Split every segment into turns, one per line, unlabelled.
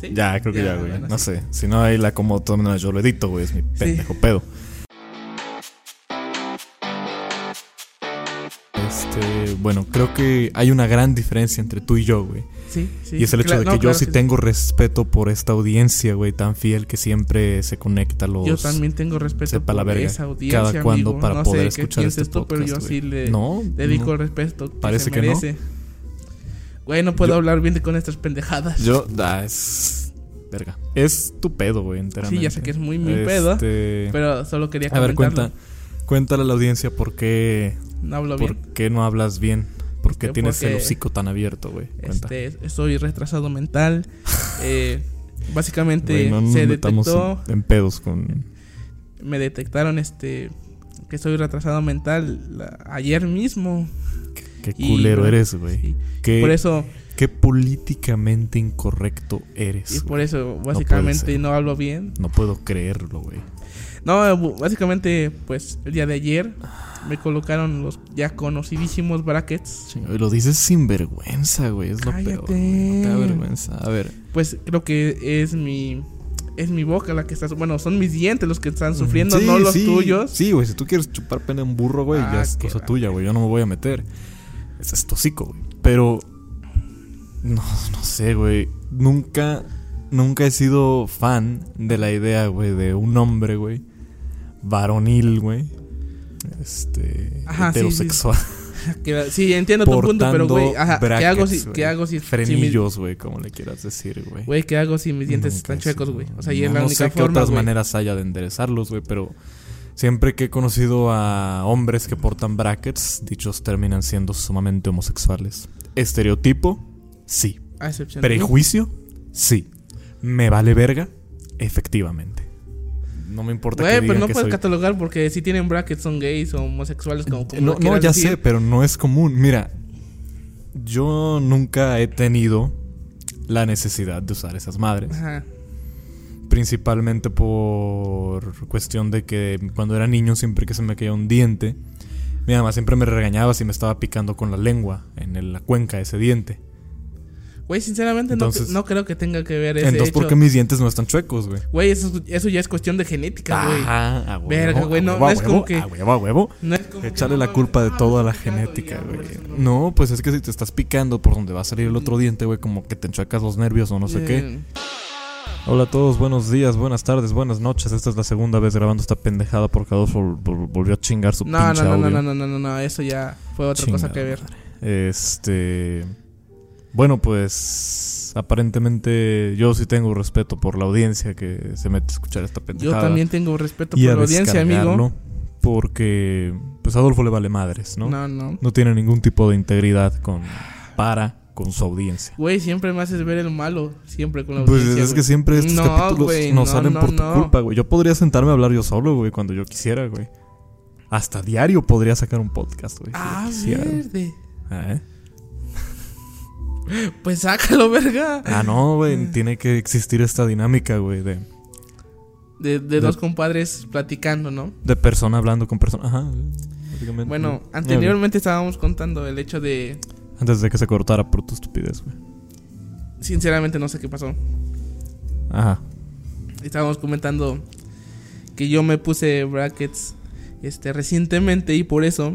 ¿Sí?
Ya, creo que ya, güey.
bueno,
no
sí.
sé. Si no, ahí la como de todas maneras yo lo edito, güey. Es mi pendejo pedo. Este, bueno, creo que hay una gran diferencia entre tú y yo, güey.
Sí, sí.
y es el hecho
Cla-
de que
no,
yo
claro
sí
que
tengo respeto por esta audiencia, güey, tan fiel que siempre se conecta a los.
Yo también tengo respeto
pues, sepa
por
la verga.
esa audiencia,
Cada cuándo
amigo.
para
no
poder
sé
escuchar
qué
este
pienses tú, pero yo
podcast,
sí
güey.
le
No,
dedico
no.
el respeto que
Parece
se
que no.
merece. Güey, no puedo
Yo-
hablar bien de con estas pendejadas.
Yo, ah, es. Verga. Es tu pedo, güey, enteramente.
Sí, ya sé que es muy mi pedo,
Este,
pero solo quería
a ver,
comentarlo.
cuenta. Cuéntale a la audiencia por qué
No hablo
¿Por
bien.
qué no hablas bien? ¿Por qué
Este,
tienes el
porque-
hocico tan abierto, güey? Cuenta.
Este, soy retrasado mental. Eh, básicamente
Güey, no nos
se
metamos
detectó
en, en pedos con...
me detectaron este que soy retrasado mental la- ayer mismo.
Qué
Y,
culero
bueno,
eres, güey.
sí.
Qué,
Por eso,
qué políticamente incorrecto eres.
y por
güey.
eso
puede
básicamente
ser.
no, hablo bien.
No puedo creerlo, güey.
No, bu- básicamente pues el día de ayer me colocaron los ya conocidísimos brackets.
Chinga, Lo dices sin vergüenza, güey. Es lo peor.
Cállate.
güey. No te da vergüenza. A ver.
Pues creo que es mi es mi boca la que está su- bueno, son mis dientes los que están sufriendo,
Sí,
no los
sí.
tuyos.
Sí, güey. Si tú quieres chupar pena en un burro, güey,
Ah,
ya es
qué
cosa
va.
tuya, güey. Yo no me voy a meter. Ese es tu hocico, güey. Pero. No, no sé, güey. Nunca. Nunca he sido fan de la idea, güey, de un hombre, güey. Varonil, güey. Este.
Ajá, sí, sí.
heterosexual.
Que- sí, entiendo tu punto, pero güey, ajá, ¿qué hago si
brackets,
qué
güey.
hago si si mis-
Frenillos, güey, como le quieras decir, güey.
Güey, ¿qué hago si mis dientes
Nunca
están
he
chuecos,
sido-
güey? O sea, y es
no,
la
no
única
sé qué
forma,
otras
güey.
maneras haya de enderezarlos, güey, pero siempre que he conocido a hombres que portan brackets, dichos terminan siendo sumamente homosexuales. Estereotipo, sí.
A excepción de-
Prejuicio, sí. Me vale verga, efectivamente. No me importa
Güey,
que
pero
digan
no
que
puedes
soy-
catalogar porque si tienen brackets son gays o homosexuales como, como
no,
lo
no,
quieras
ya
decir.
sé, pero no es común. Mira, yo nunca he tenido la necesidad de usar esas madres.
Ajá.
Principalmente por cuestión de que cuando era niño siempre que se me caía un diente, mi mamá siempre me regañaba si me estaba picando con la lengua en el- la cuenca de ese diente.
Güey, sinceramente
Entonces-
no, no creo que tenga que ver ese
Entonces,
hecho.
¿por qué mis dientes no están chuecos, güey?
Güey, eso, eso ya es cuestión de genética, güey.
Ajá, a huevo.
Verga, güey, no-
a huevo,
no
a
es como
huevo,
que-
A huevo, a huevo.
No es como que
Echarle
no
la
mames,
culpa de
ah,
toda
me
la
estoy picando
genética,
ya, por
güey.
eso no-
No, pues es que si te estás picando por donde va a salir el otro diente, güey, como que te enchuecas los nervios o no sé qué.
Eh,
Hola a todos, buenos días, buenas tardes, buenas noches. Esta es la segunda vez grabando esta pendejada porque Adolfo vol- vol- volvió a chingar su
No,
pinche
no, no, no,
audio.
no, no, no, no, no, eso ya fue otra cosa
Chingada
que ver.
Este. Bueno, pues. Aparentemente yo sí tengo respeto por la audiencia que se mete a escuchar esta
Yo
pendejada.
también tengo respeto
y
por
a
la audiencia,
descargarlo,
amigo.
Porque. Pues a Adolfo le vale madres, ¿no?
No,
No,
no.
tiene ningún tipo de integridad con. Para con su audiencia.
Güey, siempre me haces ver el malo, siempre con la
Pues
audiencia.
es que
güey.
siempre estos
No,
capítulos
güey,
nos
no,
salen
no,
por tu
no.
culpa, güey. Yo podría sentarme a hablar yo solo, güey, cuando yo quisiera, güey. Hasta diario podría sacar un podcast, güey. si yo
Ah,
quisiera.
verde.
Ah, ¿eh?
Pues sácalo, verga.
Ah, no, güey. Tiene que existir esta dinámica, güey, de,
De, de dos compadres platicando, ¿no?
de persona hablando con persona. Ajá, básicamente.
Bueno,
Ya,
anteriormente estábamos contando el hecho de...
güey. Antes de que se cortara por tu estupidez, güey.
Sinceramente no sé qué pasó.
Ajá.
Estábamos comentando que yo me puse brackets este, recientemente y por eso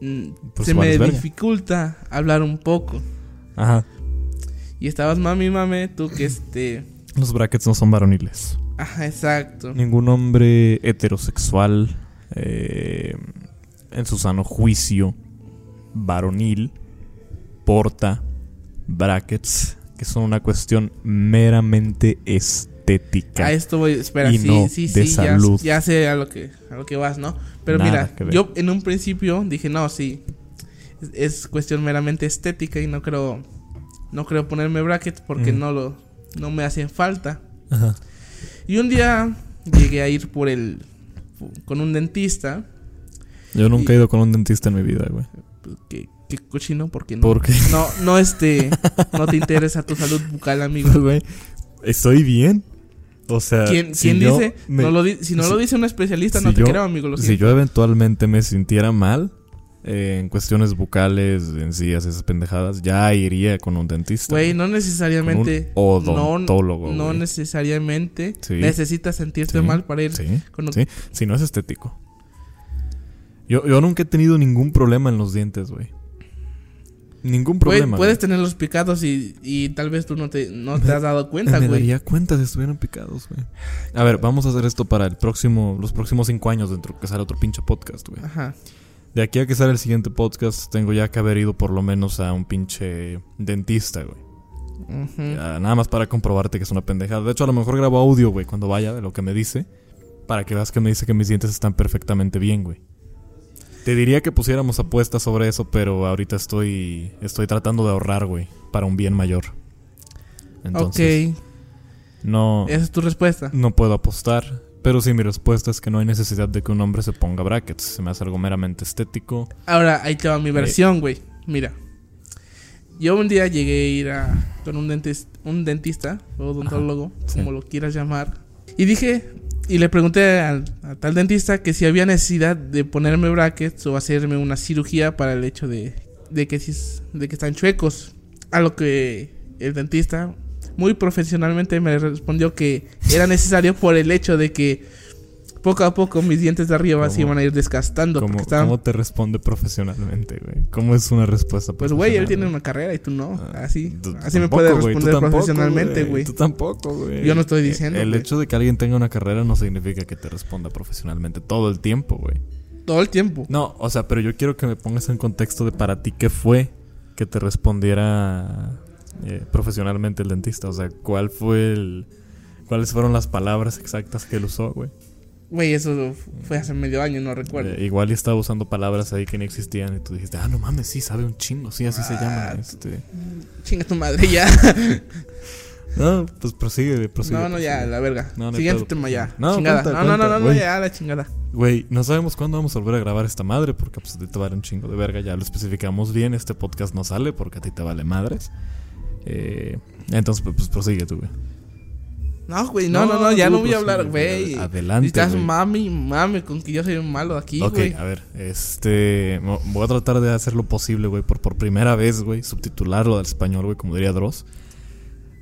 mm,
Pues
se me
vales verga.
dificulta hablar un poco.
Ajá.
Y estabas mami, mame, tú que este...
Los brackets no son varoniles.
Ajá, exacto.
Ningún hombre heterosexual eh, en su sano juicio varonil porta brackets que son una cuestión meramente estética.
A esto voy, espera,
Y
sí,
no
sí,
de
sí, ya-
salud.
Ya, sé a lo que a lo que vas, ¿no? Pero
Nada que
mira,
ver.
yo en un principio dije, no, sí. Es, es cuestión meramente estética y no creo no creo ponerme brackets porque
Ujú.
no lo no me hacen falta.
Ajá.
Y un día llegué a ir por el con un dentista
Yo nunca
Y-
he ido con un dentista en mi vida, güey.
que que cochino porque no
¿Por qué?
no no este no te interesa tu salud bucal, amigo.
Güey, estoy bien. O sea,
¿Quién,
si
quién
yo
dice?
me-
No lo di- si no
si-
lo dice un especialista, no
si
te
yo-
creo, amigo. Lo
si
siento.
yo eventualmente me sintiera mal, eh, en cuestiones bucales, encías, esas pendejadas, ya iría con un dentista.
Güey, no necesariamente.
Con un odontólogo,
No, no
güey.
necesariamente
Sí.
necesitas sentirte
Sí,
mal para ir
Sí,
con un-
sí. Si no es estético. Yo, yo nunca he tenido ningún problema en los dientes, güey. Ningún
Güey,
problema.
puedes
güey.
tener los picados y, y tal vez tú no te, no te has dado cuenta,
Me
güey.
daría cuenta si estuvieran picados, güey. A ver, vamos a hacer esto para el próximo, los próximos cinco años dentro que sale otro pinche podcast, güey.
Ajá.
De aquí a que sale el siguiente podcast, tengo ya que haber ido por lo menos a un pinche dentista, güey.
Ujú.
Ya, nada más para comprobarte que es una pendejada. De hecho, a lo mejor grabo audio, güey, cuando vaya de lo que me dice. Para que veas que me dice que mis dientes están perfectamente bien, güey. Te diría que pusiéramos apuestas sobre eso, pero ahorita estoy, estoy tratando de ahorrar, güey, para un bien mayor. Entonces, no,
ok, esa es tu respuesta.
no puedo apostar. Pero sí, mi respuesta es que no hay necesidad de que un hombre se ponga brackets. Se me hace algo meramente estético.
Ahora, ahí te va mi versión, güey. Mira. Yo un día llegué a ir a, con un, dentist- un dentista o odontólogo,
sí.
como lo quieras llamar. Y dije, y le pregunté al, a tal dentista que si había necesidad de ponerme brackets o hacerme una cirugía para el hecho de, de, que, si es- de que están chuecos. A lo que el dentista muy profesionalmente me respondió que era necesario por el hecho de que poco a poco mis dientes de arriba se
¿Cómo?
iban a ir desgastando.
¿Cómo,
porque estaban
cómo te responde profesionalmente, güey? ¿Cómo es una respuesta
pues, güey, él
profesional,
tiene
güey?
una carrera y tú no.
Ah,
Así.
tú-
así me
tampoco,
puede
güey, tú
responder
tampoco,
profesionalmente, güey.
Tú tampoco, güey. Eh,
Yo no estoy diciendo,
El
güey.
hecho de que alguien tenga una carrera no significa que te responda profesionalmente todo el tiempo, güey.
Todo el tiempo.
No, o sea, pero yo quiero que me pongas en contexto de para ti qué fue que te respondiera eh, profesionalmente el dentista. O sea, ¿cuál fue el. ¿Cuáles fueron las palabras exactas que él usó, güey?
Güey, eso fue hace medio año, no recuerdo.
Eh, igual y estaba usando palabras ahí que no existían y tú dijiste, ah, no mames, sí, sabe un chingo, sí, así se
Ah,
llama. Este.
Chinga tu madre ya.
No, pues prosigue, güey, prosigue.
no, no, ya,
prosigue.
la verga.
pues No, ni
Siguiente
pedo.
tema ya.
No,
chingada.
cuenta,
no, no,
cuenta,
no, no, no,
güey.
ya, la chingada.
Güey, no sabemos cuándo vamos a volver a grabar esta madre porque pues, a ti te va a dar un chingo de verga, ya lo especificamos bien, este podcast no sale porque a ti te vale madres. Eh, entonces, pues, pues, prosigue tú, güey.
No, güey, no, no, no, ya
tú
no voy a
prosigue,
hablar, güey.
Adelante.
Estás
güey.
mami, mami, con que yo soy un malo aquí,
Ok, ah,
güey.
a ver, este. mo- Voy a tratar de hacer lo posible, güey, por, por primera vez, güey, subtitularlo al español, güey, como diría Dross.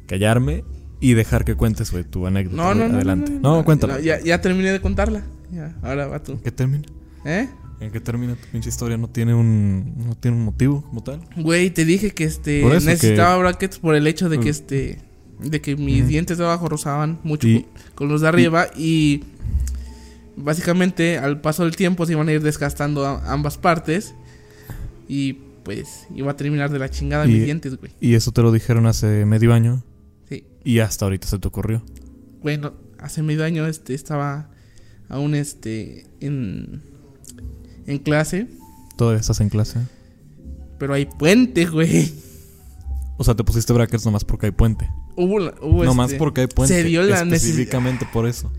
Callarme y dejar que cuentes, güey, tu anécdota.
No,
güey.
no, no.
Adelante. No,
No, no,
cuéntalo.
no, ya, ya terminé de contarla. Ya, ahora va tú.
¿En qué termina?
¿Eh?
¿En qué termina tu pinche historia? ¿No tiene un, no tiene un motivo como tal?
Güey, te dije que este
Por eso
necesitaba brackets por el hecho de
Mm.
que este de que mis
Ujú.
dientes de abajo rozaban mucho
Y-
con los de arriba y, básicamente al paso del tiempo se iban a ir desgastando a- ambas partes y pues iba a terminar de la chingada
Y-
mis dientes, güey.
Y eso te lo dijeron hace medio año
Sí.
y hasta ahorita se te ocurrió.
Bueno, hace medio año este estaba aún este en en clase,
Todavía estás en clase.
pero hay puentes, güey.
O sea, te pusiste brackets nomás porque hay puente.
Hubo, la- hubo,
no más
este,
porque hay puente.
se dio la necesi-
específicamente por eso.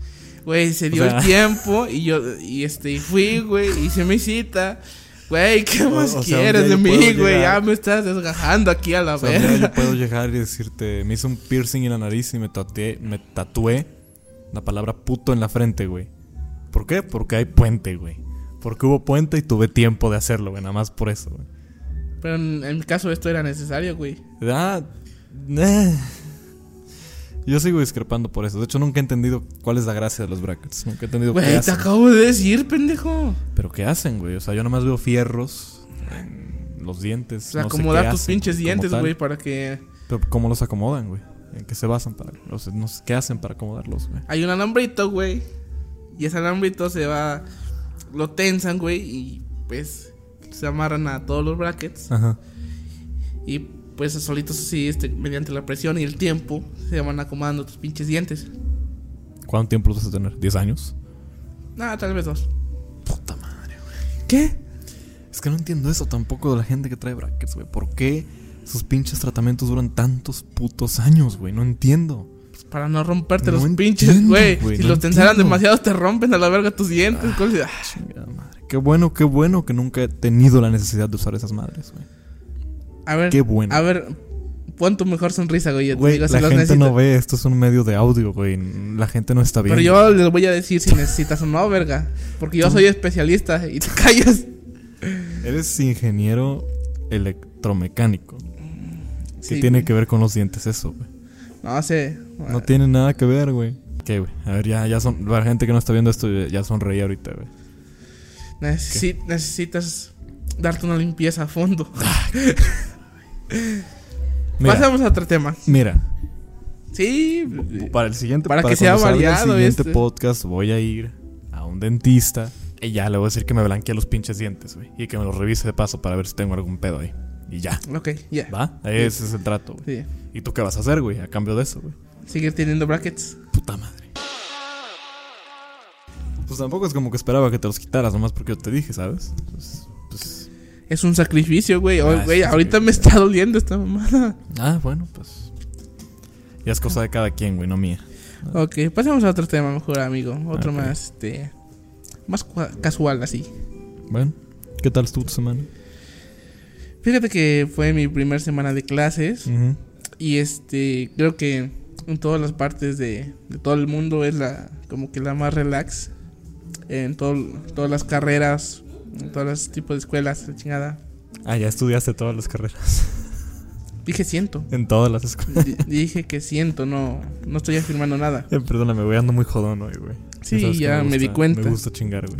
Güey, se
O
dio
sea-
el tiempo y yo y este y fui, güey, hice mi cita. Güey, ¿qué
O-
más
o sea, un
quieres de
día yo
mí,
puedo
güey?
llegar-
Ya me estás desgajando aquí a la
O sea, mira,
verga.
yo puedo llegar y decirte, me hice un piercing en la nariz y me tatué, me tatué la palabra puto en la frente, güey. ¿Por qué? Porque hay puente, güey. Porque hubo puente y tuve tiempo de hacerlo, güey, nada más por eso, güey.
Pero en, en mi caso esto era necesario, güey.
Ah, eh. Yo sigo discrepando por eso. De hecho, nunca he entendido cuál es la gracia de los brackets. Nunca he entendido qué
Güey, te
hacen.
acabo de decir, pendejo.
Pero ¿qué hacen, güey? O sea, yo nada más veo fierros en los dientes.
O sea,
no sé
acomodar
qué
tus
hacen
pinches
como
dientes,
tal.
güey, para que
Pero ¿cómo los acomodan, güey? ¿En qué se basan para...? o sea, no sé, ¿Qué hacen para acomodarlos, güey?
hay un alambrito, güey. Y ese alambrito se va lo tensan, güey, y pues se amarran a todos los brackets
Ajá.
y pues solitos así, este, mediante la presión y el tiempo, se van acomodando tus pinches dientes.
¿Cuánto tiempo los vas a tener? ¿10 años?
Nada, tal vez dos.
Puta madre, güey.
¿Qué?
Es que no entiendo eso tampoco de la gente que trae brackets, güey. ¿Por qué sus pinches tratamientos duran tantos putos años, güey? No entiendo.
Pues para no romperte
No
los
entiendo,
pinches, güey.
güey,
Si
no
los tensaran
entiendo.
demasiado, te rompen a la verga tus dientes. ¿cuál es? Ah,
Chingada madre. Qué bueno, qué bueno que nunca he tenido la necesidad de usar esas madres, güey.
A ver,
Qué bueno.
a ver, pon tu mejor sonrisa, güey. yo te
Güey,
digo si
la
los
gente
necesitas.
no ve, esto es un medio de audio, güey. La gente no está viendo.
Pero yo les voy a decir si necesitas o no, verga. Porque yo soy especialista y te callas.
Eres ingeniero electromecánico. ¿Qué
Sí,
tiene
güey.
que ver con los dientes eso, güey?
No sé.
No tiene nada que ver, güey. ¿Qué, güey? A ver, ya, ya son. Para la gente que no está viendo esto, ya sonreí ahorita, güey.
necesi- Necesitas darte una limpieza a fondo.
Mira,
Pasamos a otro tema.
mira,
Sí.
para el siguiente,
Para que sea
cuando salga
variado
el siguiente
este.
podcast, voy a ir a un dentista y ya le voy a decir que me blanquee los pinches dientes, güey. Y que me los revise de paso para ver si tengo algún pedo ahí. Y ya,
Ok, ya.
¿va? Ese es el trato, güey.
Sí.
¿Y tú qué vas a hacer, güey? A cambio de eso, güey.
Seguir teniendo brackets.
Puta madre. Pues tampoco es como que esperaba que te los quitaras, nomás porque yo te dije, ¿sabes? Pues, pues-
Es un sacrificio, güey. Hoy,
Ah,
güey,
sí, sí,
ahorita
güey.
me está doliendo esta mamada.
Ah, bueno, pues. Ya es cosa de cada quien, güey, no mía.
Ok, pasamos a otro tema mejor, amigo. Otro
Ok.
más, este... Más cua- casual, así.
Bueno, ¿qué tal estuvo tu semana?
Fíjate que fue mi primera semana de clases. Y este... Creo que en todas las partes de, de todo el mundo es la... Como que la más relax. En todo- todas las carreras. En todos los tipos de escuelas, la chingada.
Ah, ya estudiaste todas las carreras.
Dije siento.
en todas las escuelas.
Di- dije que siento, no, no estoy afirmando nada.
Eh, perdóname, güey, ando muy jodón hoy, güey.
Sí,
sabes que
ya me di
gusta-
cuenta.
Me gusta chingar, güey.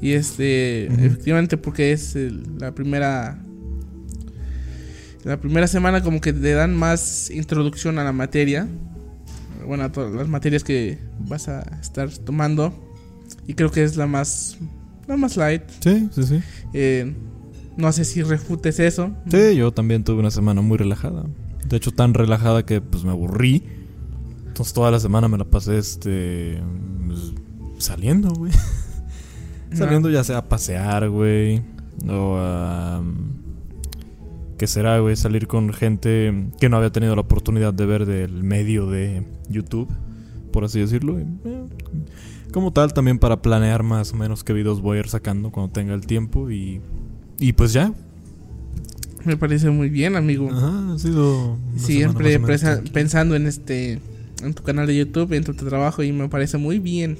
Y este,
Ujú.
efectivamente, porque es el- la primera. La primera semana, como que te dan más introducción a la materia. Bueno, a todas las materias que vas a estar tomando. Y creo que es la más. La más light.
Sí, sí, sí.
Eh, no sé si refutes eso.
Sí, yo también tuve una semana muy relajada. De hecho, tan relajada que pues me aburrí. Entonces toda la semana me la pasé este pues, saliendo, güey. Saliendo ya sea a pasear, güey, o a mm, qué será, güey, salir con gente que no había tenido la oportunidad de ver del medio de YouTube, por así decirlo. y, eh, como tal también para planear más o menos qué videos voy a ir sacando cuando tenga el tiempo y y pues ya,
Me parece muy bien, amigo.
Ajá, ha sido. una
Siempre
semana más o menos
presa-
tranquila.
pensando en este en tu canal de YouTube, en tu trabajo y me parece muy bien.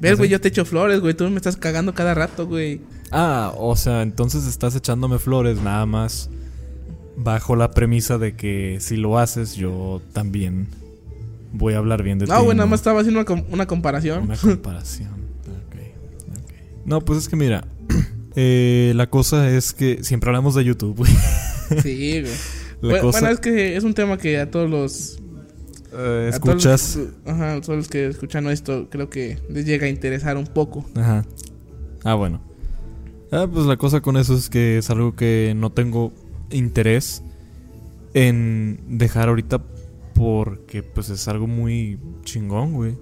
Ver,
Ya
güey,
sé.
yo te echo flores, güey, tú me estás cagando cada rato, güey.
Ah, o sea, entonces estás echándome flores, nada más. Bajo la premisa de que si lo haces, yo también voy a hablar bien de ti.
No, güey, nada Ah, más estaba haciendo una, com- una comparación.
Una comparación. Ok, ok. No, pues es que mira. eh, la cosa es que siempre hablamos de YouTube, güey.
Sí, güey.
La
Bueno,
cosa.
bueno, es que es un tema que a todos los
eh,
a todos los-
escuchas.
ajá, a todos los que escuchan esto creo que les llega a interesar un poco.
Ajá. Ah, bueno. Ah, pues la cosa con eso es que es algo que no tengo interés en dejar ahorita porque pues es algo muy chingón, güey.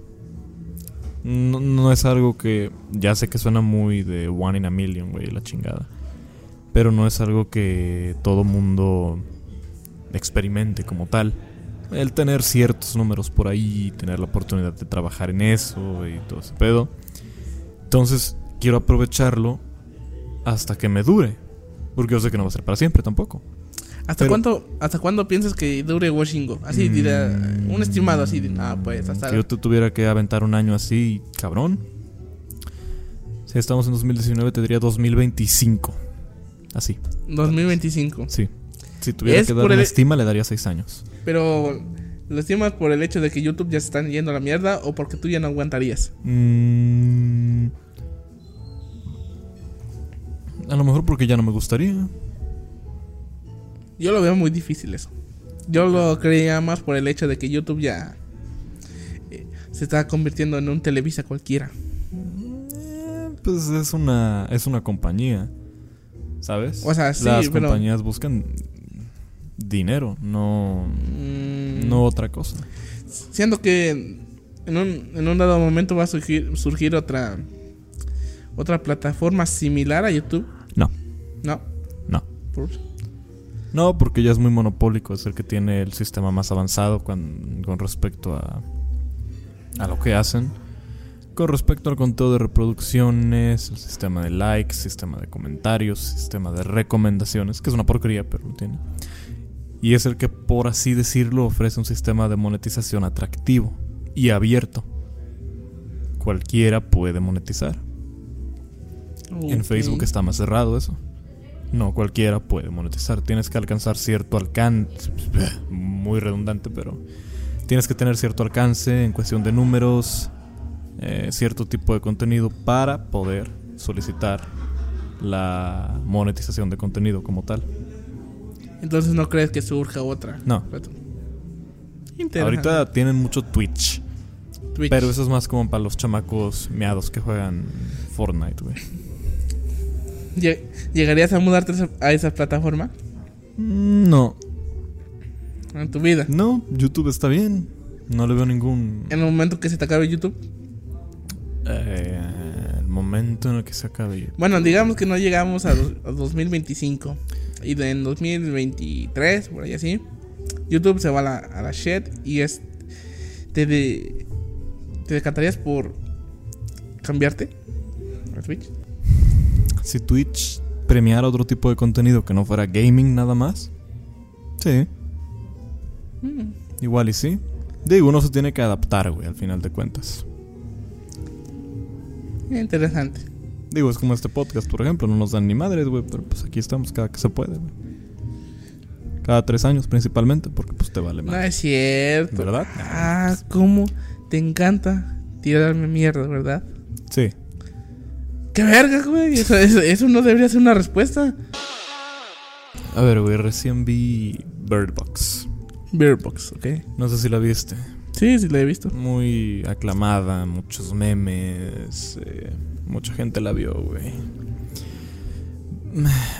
No, no es algo que ya sé que suena muy de one in a million, güey, la chingada. Pero no es algo que todo mundo experimente como tal. El tener ciertos números por ahí, tener la oportunidad de trabajar en eso y todo ese pedo. Entonces, quiero aprovecharlo hasta que me dure. Porque yo sé que no va a ser para siempre tampoco.
¿Hasta
Pero-
cuánto hasta cuándo piensas que dure Washingo? Así dirá un estimado así, de, ah, pues hasta
Si yo te tuviera que aventar un año así, cabrón. Si estamos en 2019, te diría 2025. Así,
2025.
sí. Si tuviera
Es
que dar
por
una
el-
estima, le daría 6 años.
Pero lo estimas por el hecho de que YouTube ya se están yendo a la mierda o porque tú ya no aguantarías.
Mm. A lo mejor porque ya no me gustaría.
Yo lo veo muy difícil eso. Yo lo creía más por el hecho de que YouTube ya eh, se está convirtiendo en un Televisa cualquiera.
Eh, Pues es una, es una compañía, ¿sabes?
O sea, Ah, sí,
Las
pero-
compañías buscan dinero, no,
Mm,
no otra cosa.
Siento que en un, en un dado momento va a surgir, surgir otra otra plataforma similar a YouTube.
No,
No.
no.
por-
No, porque ya es muy monopólico, es el que tiene el sistema más avanzado con, con respecto a, a lo que hacen. Con respecto al conteo de reproducciones, el sistema de likes, sistema de comentarios, sistema de recomendaciones, que es una porquería, pero lo tiene. Y es el que, por así decirlo, ofrece un sistema de monetización atractivo y abierto. Cualquiera puede monetizar. En
Ok.
Facebook está más cerrado eso. No cualquiera puede monetizar. Tienes que alcanzar cierto alcance. Muy redundante, pero. Tienes que tener cierto alcance en cuestión de números, eh, cierto tipo de contenido para poder solicitar la monetización de contenido como tal.
Entonces no crees que surja otra.
No.
Interesante.
Ahorita tienen mucho Twitch,
Twitch.
pero eso es más como para los chamacos meados que juegan Fortnite, güey.
Lle- ¿Llegarías a mudarte a esa plataforma
Mm, No,
en tu vida?
no, YouTube está bien. No le veo ningún.
En el momento que se te acabe YouTube.
Eh, el momento en el que se acabe.
Bueno, digamos que no llegamos a, dos- a 2025. Y de- en 2023, por ahí así, YouTube se va a la, a la shit y es. Te, de- ¿Te decantarías por cambiarte a Twitch?
Si Twitch premiara otro tipo de contenido que no fuera gaming nada más. Sí. Igual y sí. Digo, uno se tiene que adaptar, güey, al final de cuentas.
Interesante.
Digo, es como este podcast, por ejemplo, no nos dan ni madres, güey, pero pues aquí estamos cada que se puede, güey. Cada tres años principalmente, porque pues te vale
No
más.
es cierto.
¿Verdad?
Ah, cómo te encanta tirarme mierda, ¿verdad?
Sí.
¡Qué verga, güey! Eso, eso- eso no debería ser una respuesta.
A ver, güey, recién vi Bird Box.
Beer Box, ¿ok?
No sé si la viste.
Sí, sí, la he visto.
Muy aclamada, muchos memes. eh, mucha gente la vio, güey.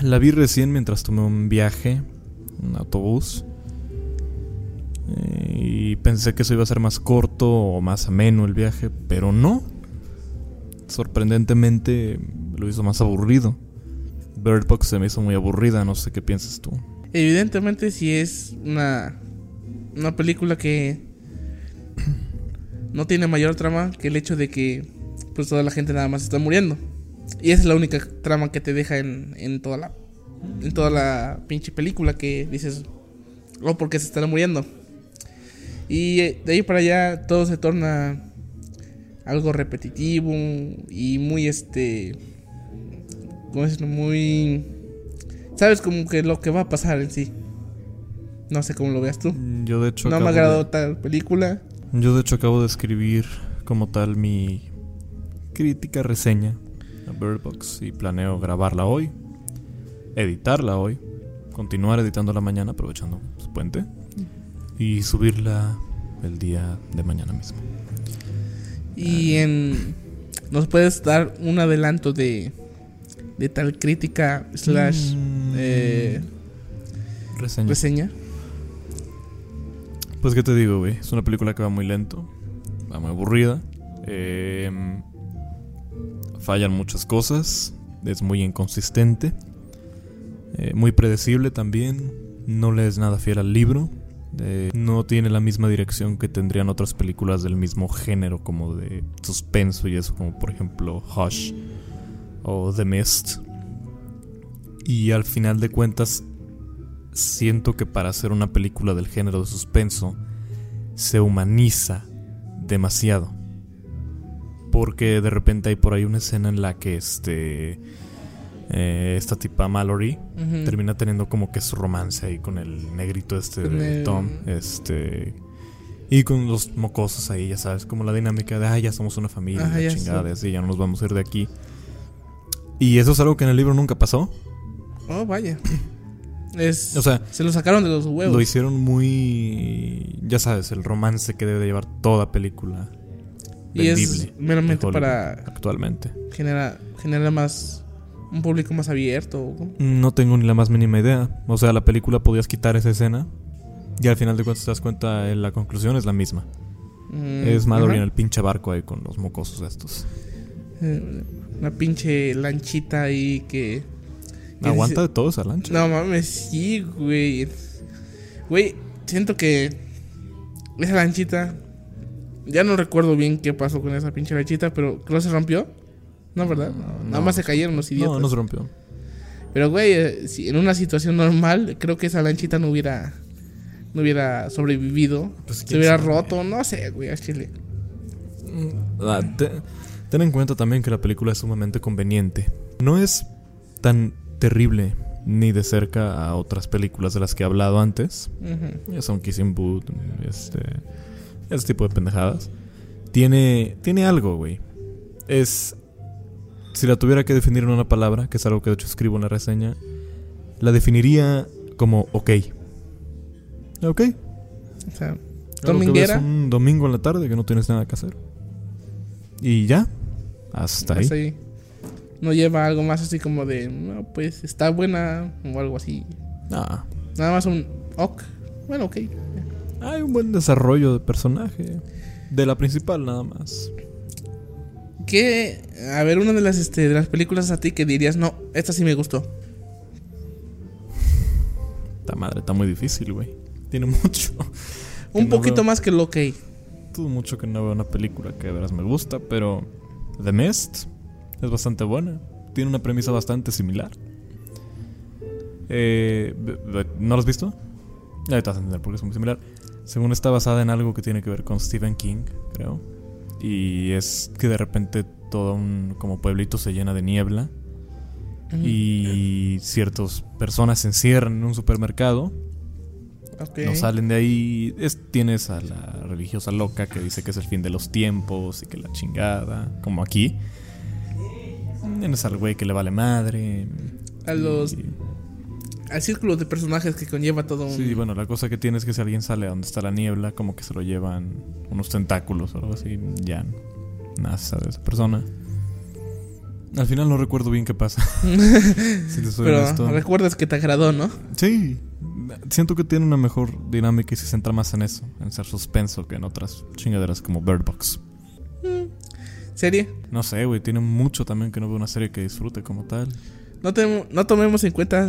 La vi recién mientras tomé un viaje, un autobús. eh, Y pensé que eso iba a ser más corto o más ameno el viaje, pero no. Sorprendentemente lo hizo más aburrido. Bird Box se me hizo muy aburrida, no sé qué piensas tú.
Evidentemente si es una una película que no tiene mayor trama que el hecho de que pues toda la gente nada más está muriendo. Y esa es la única trama que te deja en, en toda la en toda la pinche película que dices oh porque se estará muriendo. Y eh, de ahí para allá todo se torna algo repetitivo y muy este ¿cómo decirlo? muy Sabes como que lo que va a pasar en sí. No sé cómo lo veas tú.
Yo de hecho
No me
acabo de-
agradó tal película.
Yo de hecho acabo de escribir como tal mi crítica reseña a Bird Box y planeo grabarla hoy, editarla hoy, continuar editándola mañana aprovechando su puente y subirla el día de mañana mismo.
Y en... ¿Nos puedes dar un adelanto de... De tal crítica slash
Mm,
eh,
reseña.
reseña?
Pues qué te digo, güey. Es una película que va muy lento, va muy aburrida. eh, fallan muchas cosas, es muy inconsistente, eh, muy predecible también. No le es nada fiel al libro. eh, no tiene la misma dirección que tendrían otras películas del mismo género, como de suspenso y eso, como por ejemplo Hush o The Mist. Y al final de cuentas, siento que para hacer una película del género de suspenso se humaniza demasiado. Porque de repente hay por ahí una escena en la que este eh, esta tipa Mallory
Ujú.
termina teniendo como que su romance ahí con el negrito este
Con
de
el-
Tom, este y con los mocosos ahí, ya sabes, como la dinámica de, ah, ya somos una familia,
Ajá,
la
ya
chingada,
sé.
así, ya no nos vamos a ir de aquí. Y eso es algo que en el libro nunca pasó.
Oh, vaya. Es...
O sea,
se lo sacaron de los
Lo
huevos.
hicieron muy. Ya sabes, el romance que debe de llevar toda película.
Y es
vendible
meramente
de Hollywood
para
Actualmente.
generar, generar más... Un público más abierto. o cómo.
No tengo ni la más mínima idea. O sea, la película podías quitar esa escena. Y al final de cuentas te das cuenta, eh, la conclusión es la misma.
Mm,
es Mallory
ajá.
en el pinche barco ahí con los mocosos estos.
Eh, Una pinche lanchita ahí que... que
Aguanta de todo esa lancha.
No mames, sí, güey. Güey, siento que esa lanchita. Ya no recuerdo bien qué pasó con esa pinche lanchita, pero creo que se rompió. No, ¿verdad? Nada
no,
más se cayeron los idiotas.
No, no se rompió.
Pero, güey, eh, si en una situación normal, creo que esa lanchita no hubiera. No hubiera sobrevivido.
Pues,
se
quién
hubiera
sabe.
roto, no sé, güey, al chile.
Ah, te- ten en cuenta también que la película es sumamente conveniente. No es tan terrible ni de cerca a otras películas de las que he hablado antes.
Ujú.
Ya son Kissing Boot, este, ese tipo de pendejadas. Tiene, tiene algo, güey. Es, si la tuviera que definir en una palabra, que es algo que de hecho escribo en la reseña, la definiría como ok. Ok. algo
O sea,
que ves
Dominguera.
Un domingo en la tarde que no tienes nada que hacer. Y ya. Hasta ahí.
hasta pues, ahí. No lleva algo más así como de, no, pues está buena o algo así.
Ah,
Nada más un ok. Bueno, ok.
hay un buen desarrollo de personaje. De la principal nada más.
¿Qué? A ver, una de las, este, de las películas a ti que dirías, no, esta sí me gustó.
Esta madre está muy difícil, güey. Tiene mucho.
Un
no
poquito
veo.
más que el ok.
Dudo mucho que no vea una película que de veras me gusta, pero The Mist es bastante buena. Tiene una premisa bastante similar. Eh, b- b- ¿No lo has visto? Ahí te vas a entender porque es muy similar. Según está basada en algo que tiene que ver con Stephen King, creo. Y es que de repente todo un como pueblito se llena de niebla y ciertas personas se encierran en un supermercado
Ok.
no salen de ahí. Es- tienes a la religiosa loca que dice que es el fin de los tiempos y que la chingada, como aquí. Tienes al güey que le vale madre.
A los-
Y-
Al círculo de personajes que conlleva todo un...
sí, bueno, la cosa que tienes es que si alguien sale a donde está la niebla, como que se lo llevan unos tentáculos o algo así. Ya nada se sabe de esa persona. Al final no recuerdo bien qué pasa. si te soy
Pero
honesto.
recuerdas que te agradó, ¿no?
Sí. Siento que tiene una mejor dinámica y se centra más en eso, en ser suspenso que en otras chingaderas como Bird Box.
¿Serie?
No sé, güey, tiene mucho también que no veo una serie que disfrute como tal.
No, tenemos- no tomemos en cuenta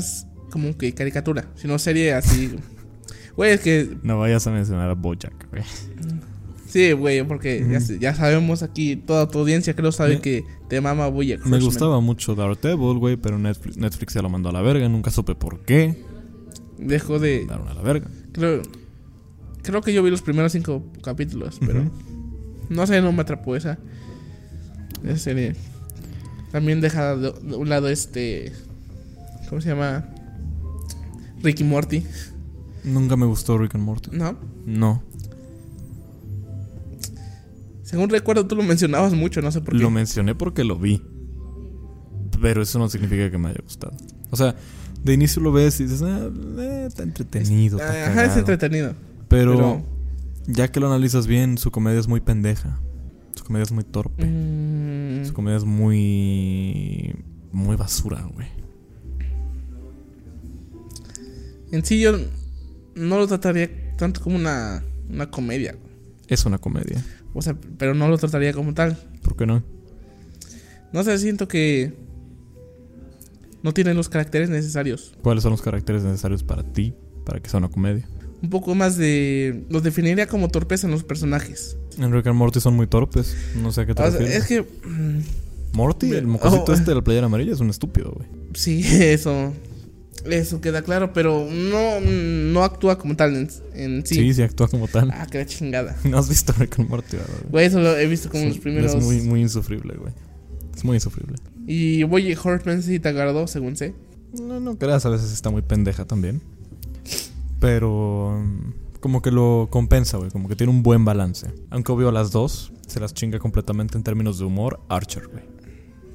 como que caricatura, sino serie así... Güey, es que
No vayas a mencionar a Bojack, güey.
Sí, güey, porque ya
Ujú.
se- ya, sabemos aquí, toda tu audiencia creo sabe
Me-
que te mama Boya
Me gustaba mucho Daredevil, güey, pero Netflix, Netflix se lo mandó a la verga, nunca supe por qué.
Dejó de...
Mandaron a la verga.
Creo, creo que yo vi los primeros cinco capítulos, pero
Ujú.
no sé, no me atrapó esa. Esa serie. También deja de, de un lado este... ¿Cómo se llama? Ricky Morty,
Nunca me gustó Rick and Morty.
¿no?
No.
Según recuerdo tú lo mencionabas mucho, no sé por qué.
Lo mencioné porque lo vi. Pero eso no significa que me haya gustado. O sea, de inicio lo ves y dices, ah, eh, está entretenido. está
Ajá, es
cagado".
entretenido.
Pero,
pero-
ya que lo analizas bien, su comedia es muy pendeja. Su comedia es muy torpe.
Mm,
Su comedia es muy. Muy basura, güey.
mm, en sí yo no lo trataría tanto como una, una comedia.
Es una comedia.
O sea, pero no lo trataría como tal.
¿Por qué no?
No sé, siento que no tienen los caracteres necesarios.
¿Cuáles son los caracteres necesarios para ti para que sea una comedia?
Un poco más de... Los definiría como torpeza en los personajes.
En Rick and Morty son muy torpes. No sé a qué te
O sea,
refieres.
Ah, es que... mm,
Morty, el mocosito
Oh.
este de la playera amarilla, es un estúpido, güey.
Sí, eso... Eso queda claro, pero no, mm, no actúa como tal en, en sí.
Sí. sí, actúa como tal.
Ah, que la chingada.
No has visto Rick and Morty, ¿verdad? güey?
Güey, eso lo he visto como
Es-
en los primeros...
Es muy, muy insufrible, güey. Es muy insufrible.
Y Boye Horseman sí te agradó, según sé.
No, no creas, a veces está muy pendeja también. Pero mm, como que lo compensa, güey. Como que tiene un buen balance. Aunque obvio las dos se las chinga completamente en términos de humor Archer, güey.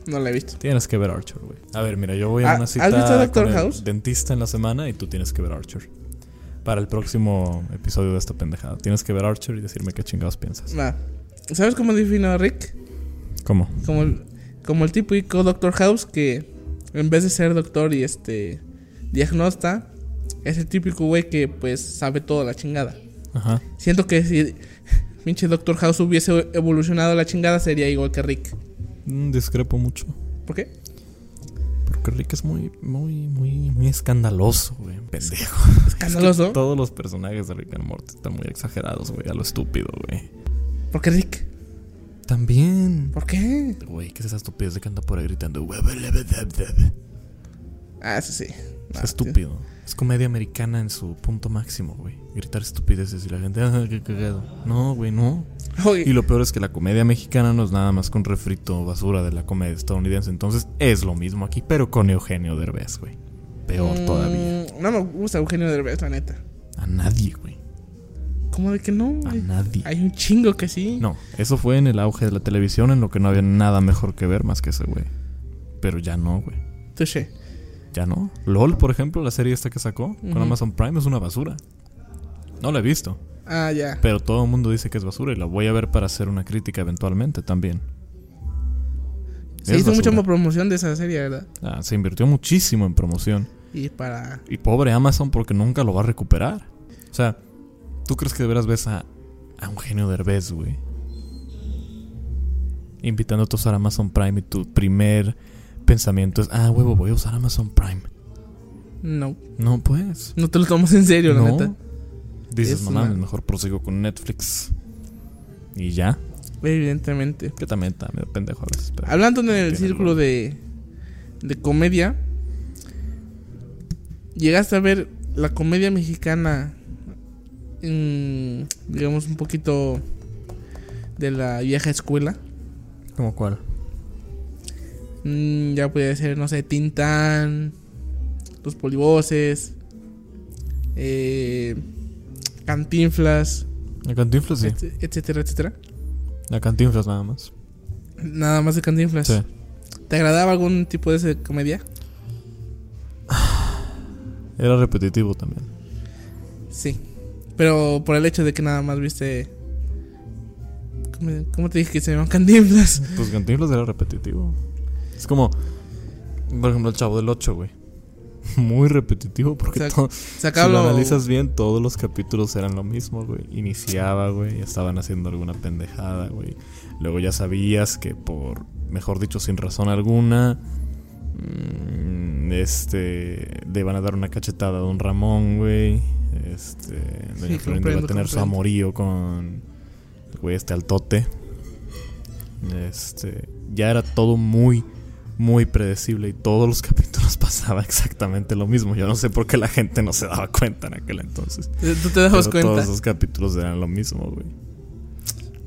No la he visto.
Tienes que ver Archer, güey. A ver, mira, yo voy a
Ah,
una
¿has
cita
visto Doctor
con el
House?
dentista en la semana y tú tienes que ver Archer. Para el próximo episodio de esta pendejada. Tienes que ver Archer y decirme qué chingados piensas.
Va. ¿Sabes cómo defino a Rick?
¿Cómo?
Como el, como el típico Doctor House que en vez de ser doctor y este diagnosta, es el típico güey que pues sabe toda la chingada.
Ajá.
Siento que si pinche Doctor House hubiese evolucionado a la chingada sería igual que Rick.
Mm, Discrepo mucho.
¿Por qué?
Porque Rick es muy, muy, muy, muy escandaloso, güey. Pendejo.
Escandaloso.
Todos los personajes de Rick and Morty están muy exagerados, güey, a lo estúpido, güey.
¿Por qué Rick?
También.
¿Por qué?
Güey, ¿qué es esa estupidez de que anda por ahí gritando? "Web, leb, leb, leb"?
Ah, eso sí.
Es
Ah,
estúpido.
sí.
Es comedia americana en su punto máximo, güey. Gritar estupideces y la gente, ah, qué cagado. No, güey, no.
Oye,
Y lo peor es que la comedia mexicana no es nada más con refrito o basura de la comedia estadounidense. Entonces es lo mismo aquí, pero con Eugenio Derbez, güey. Peor
mm,
todavía.
No me gusta Eugenio Derbez, la neta.
A nadie, güey.
¿Cómo de que no?
A
Hay-
nadie.
Hay un chingo que sí.
Ah, No, eso fue en el auge de la televisión, en lo que no había nada mejor que ver más que ese güey. Pero ya no, güey.
Touché.
Ya no. LOL, por ejemplo, la serie esta que sacó con
Ujú.
Amazon Prime es una basura. No la he visto,
Ah, ya.
pero todo el mundo dice que es basura y la voy a ver para hacer una crítica eventualmente también.
Se
es
hizo mucha
basura.
promoción de esa serie, ¿verdad?
Ah, se invirtió muchísimo en promoción.
Y para.
Y pobre Amazon porque nunca lo va a recuperar. O sea, ¿tú crees que de veras ves a, a un genio Derbez, güey? Invitándote a usar Amazon Prime y tu primer pensamiento es, ah, huevo, voy a usar Amazon Prime.
No.
No, pues.
No te lo tomas en serio, la
no.
neta.
Dices,
Es
no mames,
una-
mejor prosigo con Netflix. Y ya.
Evidentemente.
Que también está medio pendejo a veces. pero-
Hablando en el
Tiene
círculo
algo.
de, de comedia, llegaste a ver la comedia mexicana, mm, digamos un poquito de la vieja escuela.
¿Cómo cuál?
Mm, ya podía ser, no sé, Tintán, Los Polivoces, eh, Cantinflas,
La Cantinflas, sí.
et- etcétera, etcétera.
La Cantinflas nada más.
Nada más de Cantinflas.
Sí.
¿Te agradaba algún tipo de ese comedia?
Era repetitivo también.
Sí. Pero por el hecho de que nada más viste. ¿Cómo, cómo te dije que se llaman Cantinflas?
Pues Cantinflas era repetitivo. Es como, por ejemplo, el Chavo del 8, güey. Muy repetitivo porque
Exacto.
to- si
Sacaba
lo
lo-
analizas bien, todos los capítulos eran lo mismo, güey. Iniciaba, güey, estaban haciendo alguna pendejada, güey. Luego ya sabías que por, mejor dicho, sin razón alguna, mm, este, le van a dar una cachetada a Don Ramón, güey. Este, Doña
Sí,
Florinda va a
comprendo,
tener su
comprendo.
amorío con el güey este altote. Este, ya era todo muy, muy predecible y todos los capítulos pasaba exactamente lo mismo. Yo no sé por qué la gente no se daba cuenta en aquel entonces.
eh, Tú te dabas
Pero
cuenta.
Todos los capítulos eran lo mismo, güey.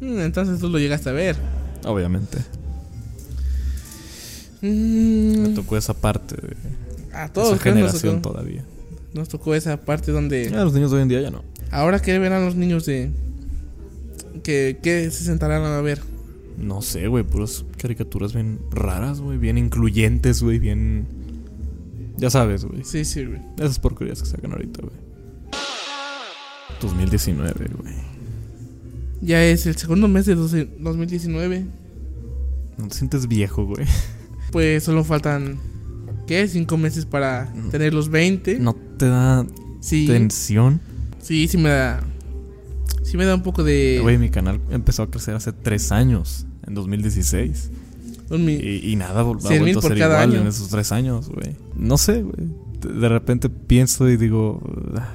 Mm, entonces tú lo llegaste a ver.
Obviamente.
Mm,
Me tocó esa parte de
a
esa
todos creo, nos
generación
tocó,
todavía.
nos tocó esa parte donde.
Ya, los niños de hoy en día ya no.
Ahora que verán los niños de. Que, que se sentarán a ver.
No sé, güey, puras caricaturas bien raras, güey, bien incluyentes, güey, bien... Ya sabes, güey.
Sí, sí, güey.
Esas porquerías que sacan ahorita, güey. 2019, güey.
Ya es el segundo mes de 12 2019.
No te sientes viejo, güey.
Pues solo faltan. ¿Qué? Cinco meses para
Mm.
tener los 20.
No te da
Sí.
tensión.
Sí, sí me da. Sí me da un poco de.
Güey, mi canal empezó a crecer hace tres años, en 2016.
un mi-
Y, y nada, vol- ha
100,000
vuelto a
por
ser
cada
igual
año.
en esos tres años, güey. No sé, güey. De- De repente pienso y digo. "Ah".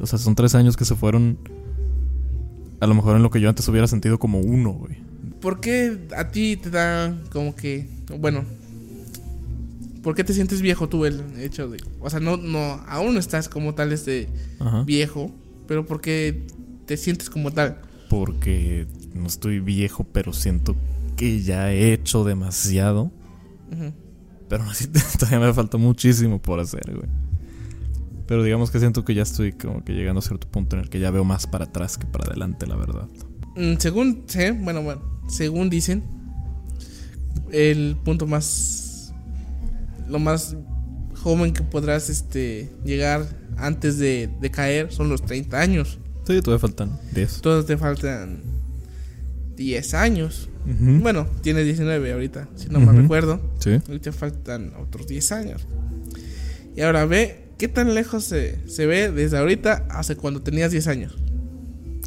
O sea, son tres años que se fueron. A lo mejor en lo que yo antes hubiera sentido como uno, güey.
¿Por qué a ti te da como que. Bueno. ¿Por qué te sientes viejo tú el hecho de. O sea, no, no, aún no estás como tal este
Ajá.
viejo, pero ¿por qué te sientes como tal?
Porque no estoy viejo, pero siento que ya he hecho demasiado.
Ujú.
Pero aún así todavía me falta muchísimo por hacer, güey. Pero digamos que siento que ya estoy como que llegando a cierto punto en el que ya veo más para atrás que para adelante, la verdad.
Mm, Según sé, bueno, bueno, según dicen, el punto más. Lo más joven que podrás este, llegar antes de, de caer son los 30 años.
Sí, todavía faltan 10.
Todos te faltan 10 años.
Ujú.
Bueno, tienes 19 ahorita, si no me
Ujú.
recuerdo.
Sí.
Ahorita faltan otros 10 años. Y ahora ve qué tan lejos se, se ve desde ahorita hace cuando tenías 10 años.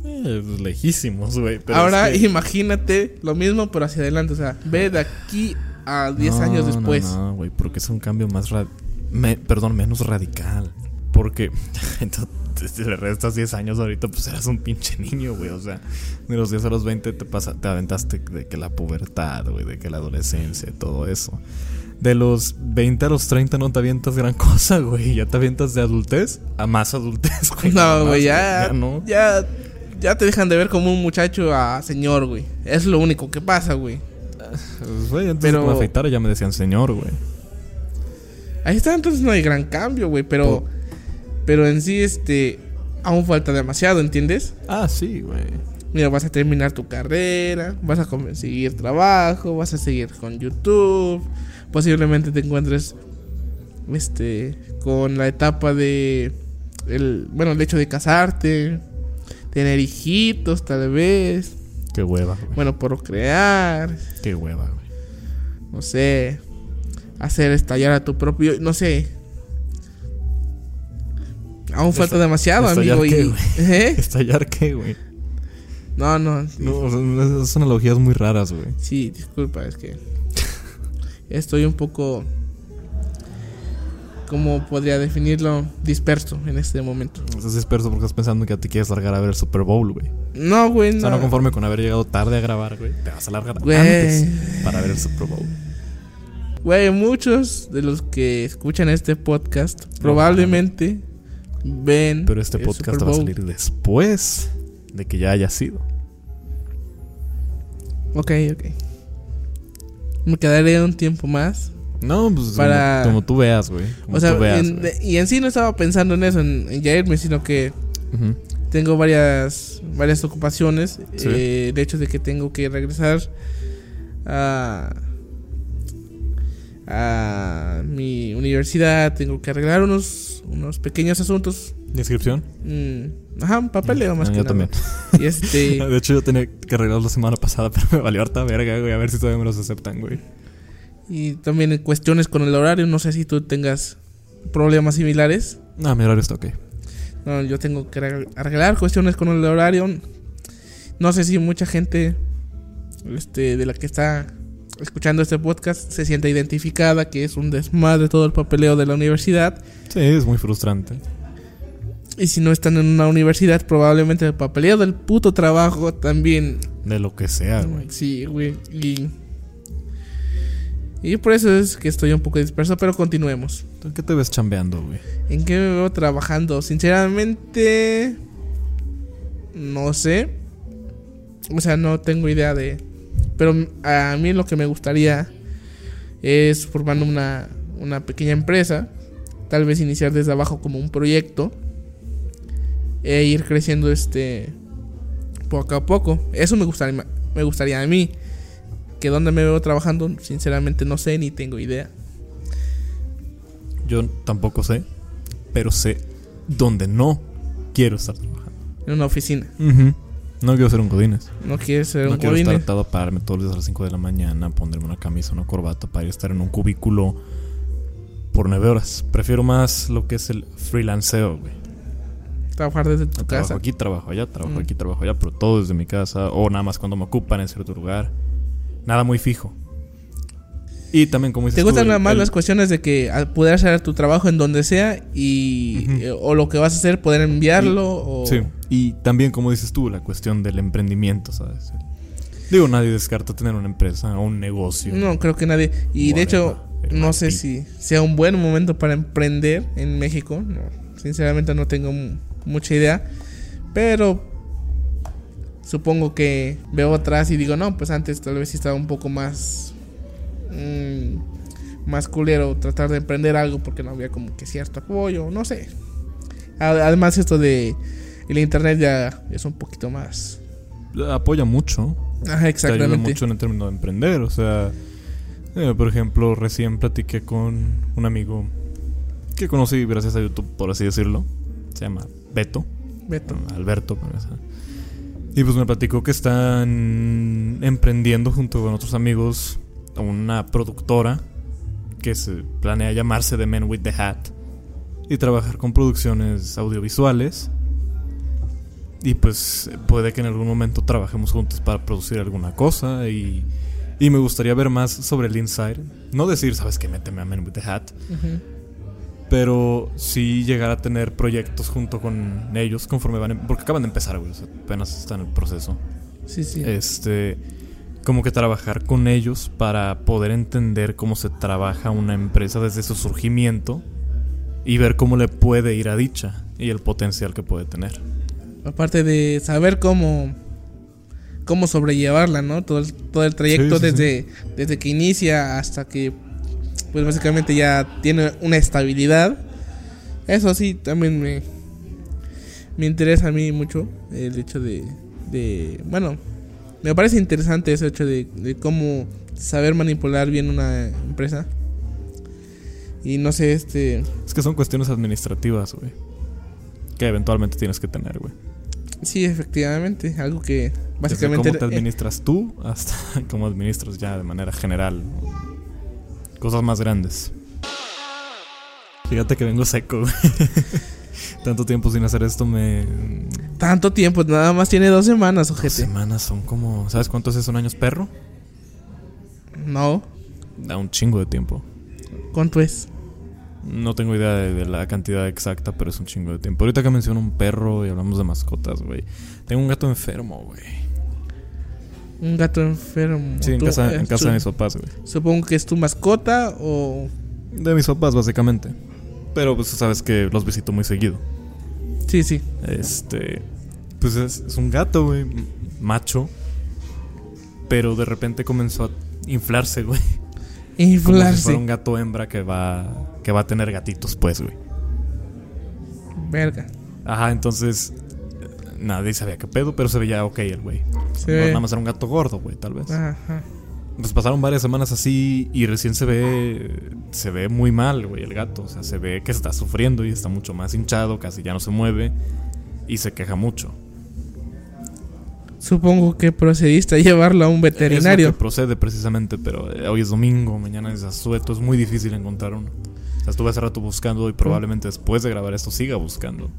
Eh, pues, lejísimos, güey. pero
ahora
es que-
imagínate lo mismo, pero hacia adelante. O sea, ve de aquí a 10
No,
años
no,
después.
No, güey, porque es un cambio más. ra- me- perdón, menos radical. Porque. Entonces, si le restas 10 años ahorita, pues eras un pinche niño, güey. O sea, de los 10 a los 20 te, pasa, te aventaste de que la pubertad, güey, de que la adolescencia, todo eso. de los 20 a los 30 no te avientas gran cosa, güey. Ya te avientas de adultez a más adultez, güey.
No,
Más,
güey, ya,
Ya no.
ya. Ya te dejan de ver como un muchacho a señor, güey. Es lo único que pasa, güey.
Pues, güey, antes
Pero-
de que me afeitara ya me decían señor, güey.
Ahí está, entonces no hay gran cambio, güey. Pero. Pero en sí, este. Aún falta demasiado, ¿entiendes?
Ah, sí, güey.
Mira, vas a terminar tu carrera, vas a conseguir trabajo, vas a seguir con YouTube. Posiblemente te encuentres este con la etapa de el bueno, el hecho de casarte, tener hijitos tal vez,
Qué hueva, güey.
bueno, procrear,
Qué hueva, güey.
no sé, hacer estallar a tu propio, no sé. Aún falta
Esta-
demasiado,
estallar
amigo.
qué,
y-
güey?
¿Eh?
¿Estallar qué, güey?
No, no.
No, o sea, no, esas son analogías muy raras, güey.
Sí, disculpa, es que estoy un poco, ¿cómo podría definirlo? Disperso en este momento.
Estás disperso porque estás pensando que ya te quieres largar a ver el Super Bowl, güey.
No, güey,
O sea, no
no.
conforme con haber llegado tarde a grabar, güey. Te vas a largar
Güey.
antes para ver el Super Bowl.
Güey, muchos de los que escuchan este podcast probablemente ven.
Pero este
el
podcast
Super
va a
Bowl.
salir después de que ya haya sido.
Ok, ok. Me quedaré un tiempo más.
No, pues
Para-
como, como tú veas, güey. Como
o sea,
tú veas,
en-
güey.
y en sí no estaba pensando en eso, en, en ya irme, sino que
Ujú.
tengo varias varias ocupaciones
Sí.
eh, el hecho de que tengo que regresar a a mi universidad tengo que arreglar unos unos pequeños asuntos
¿Inscripción?
mm, ajá papeleo más
Ah,
que
yo
nada.
también.
y este
De hecho, yo tenía que arreglarlo la semana pasada, pero me valió harta verga, güey. A ver si todavía me los aceptan, güey.
y también en cuestiones con el horario no sé si tú tengas problemas similares
No, Ah, mi horario está ok.
No, yo tengo que arregl- arreglar cuestiones con el horario no sé si mucha gente este, de la que está escuchando este podcast se siente identificada, que es un desmadre todo el papeleo de la universidad.
Sí, es muy frustrante.
Y si no están en una universidad, probablemente el papeleo del puto trabajo también.
De lo que sea, güey.
Sí, güey. Y, y por eso es que estoy un poco disperso, pero continuemos.
¿Tú qué te ves chambeando, güey?
¿En qué me veo trabajando? Sinceramente, no sé. O sea, no tengo idea de... Pero a mí lo que me gustaría es formando una, una pequeña empresa. Tal vez iniciar desde abajo como un proyecto. E ir creciendo este... Poco a poco. Eso me gustaría, me gustaría a mí. Que dónde me veo trabajando, sinceramente no sé ni tengo idea.
Yo tampoco sé, pero sé dónde no quiero estar trabajando.
En una oficina.
No quiero ser un Godínez.
No quiero ser
No
un
quiero
godine.
estar atado a pararme todos los días a las 5 de la mañana, ponerme una camisa, una corbata para ir a estar en un cubículo por 9 horas. Prefiero más lo que es el freelanceo, güey.
Trabajar desde tu
Trabajo
casa.
aquí, trabajo allá, trabajo
Mm.
aquí, trabajo allá, pero todo desde mi casa o nada más cuando me ocupan en cierto lugar. Nada muy fijo. Y también como dices
¿Te
tú,
gustan
el-
nada más
el-
las cuestiones de que al poder hacer tu trabajo en donde sea y
Ujú.
eh, o lo que vas a hacer poder enviarlo o
Sí. Y también, como dices tú, la cuestión del emprendimiento, ¿sabes? El- Digo, nadie descarta tener una empresa o un negocio.
no creo que nadie y de
Whatever,
hecho
it
no
might
sé
be.
si sea un buen momento para emprender en México no, sinceramente no tengo mu- mucha idea pero supongo que veo atrás y digo no pues antes tal vez sí estaba un poco más mm, más culero tratar de emprender algo porque no había como que cierto apoyo no sé A- además esto de el internet ya es un poquito más
Apoya mucho.
ajá
Te ayuda
exactamente
mucho en el término de emprender. O sea, eh, por ejemplo, recién platiqué con un amigo que conocí gracias a YouTube, por así decirlo. Se llama Beto.
Beto
Ah. Alberto. pero, o sea. Y pues me platicó que están emprendiendo junto con otros amigos una productora que se planea llamarse The Men with the Hat y trabajar con producciones audiovisuales. Y pues puede que en algún momento trabajemos juntos para producir alguna cosa y, y me gustaría ver más sobre el inside. No decir, sabes que méteme a Men with the Hat,
Ujú.
pero sí llegar a tener proyectos junto con ellos conforme van. em- Porque acaban de empezar, güey. o sea, apenas están en el proceso.
sí sí
Este. como que trabajar con ellos para poder entender cómo se trabaja una empresa desde su surgimiento y ver cómo le puede ir a dicha y el potencial que puede tener.
Aparte de saber cómo, cómo sobrellevarla, ¿no? Todo el, todo el trayecto
Sí, sí,
desde, desde que inicia hasta que, pues básicamente ya tiene una estabilidad. Eso sí, también me, me interesa a mí mucho el hecho de, de bueno, me parece interesante ese hecho de, de cómo saber manipular bien una empresa. Y no sé, este...
Es que son cuestiones administrativas, güey. Que eventualmente tienes que tener, güey.
Sí, efectivamente, algo que
Desde
básicamente...
cómo te
eh,
administras tú hasta cómo administras ya de manera general. ¿no? Cosas más grandes. Fíjate que vengo seco, güey. Tanto tiempo sin hacer esto me...
Tanto tiempo, nada más tiene dos semanas,
Dos
ojete.
semanas son como... ¿Sabes cuántos es un año perro?
No,
Da un chingo de tiempo.
¿cuánto es?
No tengo idea de, de la cantidad exacta, pero es un chingo de tiempo. Ahorita que menciono un perro y hablamos de mascotas, güey. Tengo un gato enfermo, güey.
Un gato enfermo.
Sí, en
Tú-
casa, en
eh,
casa de mis
su-
papás, güey.
Supongo que es tu mascota o...
De mis papás, básicamente. Pero pues tú sabes que los visito muy seguido.
Sí, sí.
Este. Pues es, es un gato, güey. m- Macho. Pero de repente comenzó a inflarse, güey. Como si
Inflarse.
fuera un gato hembra que va. que va a tener gatitos, pues, güey.
Verga.
Ajá, entonces. eh, Nadie sabía qué pedo, pero se veía ok el güey.
Se
No,
ve-
nada más era un gato gordo, güey, tal vez.
Ajá.
Pues pasaron varias semanas así y recién se ve. Se ve muy mal, güey, el gato. O sea, se ve que está sufriendo y está mucho más hinchado, casi ya no se mueve. Y se queja mucho.
Supongo que procediste a llevarlo a un
Es lo
veterinario.
que procede precisamente, pero eh, hoy es domingo, mañana es asueto, es muy difícil encontrar uno. O sea, estuve hace rato buscando y probablemente después de grabar esto siga buscando.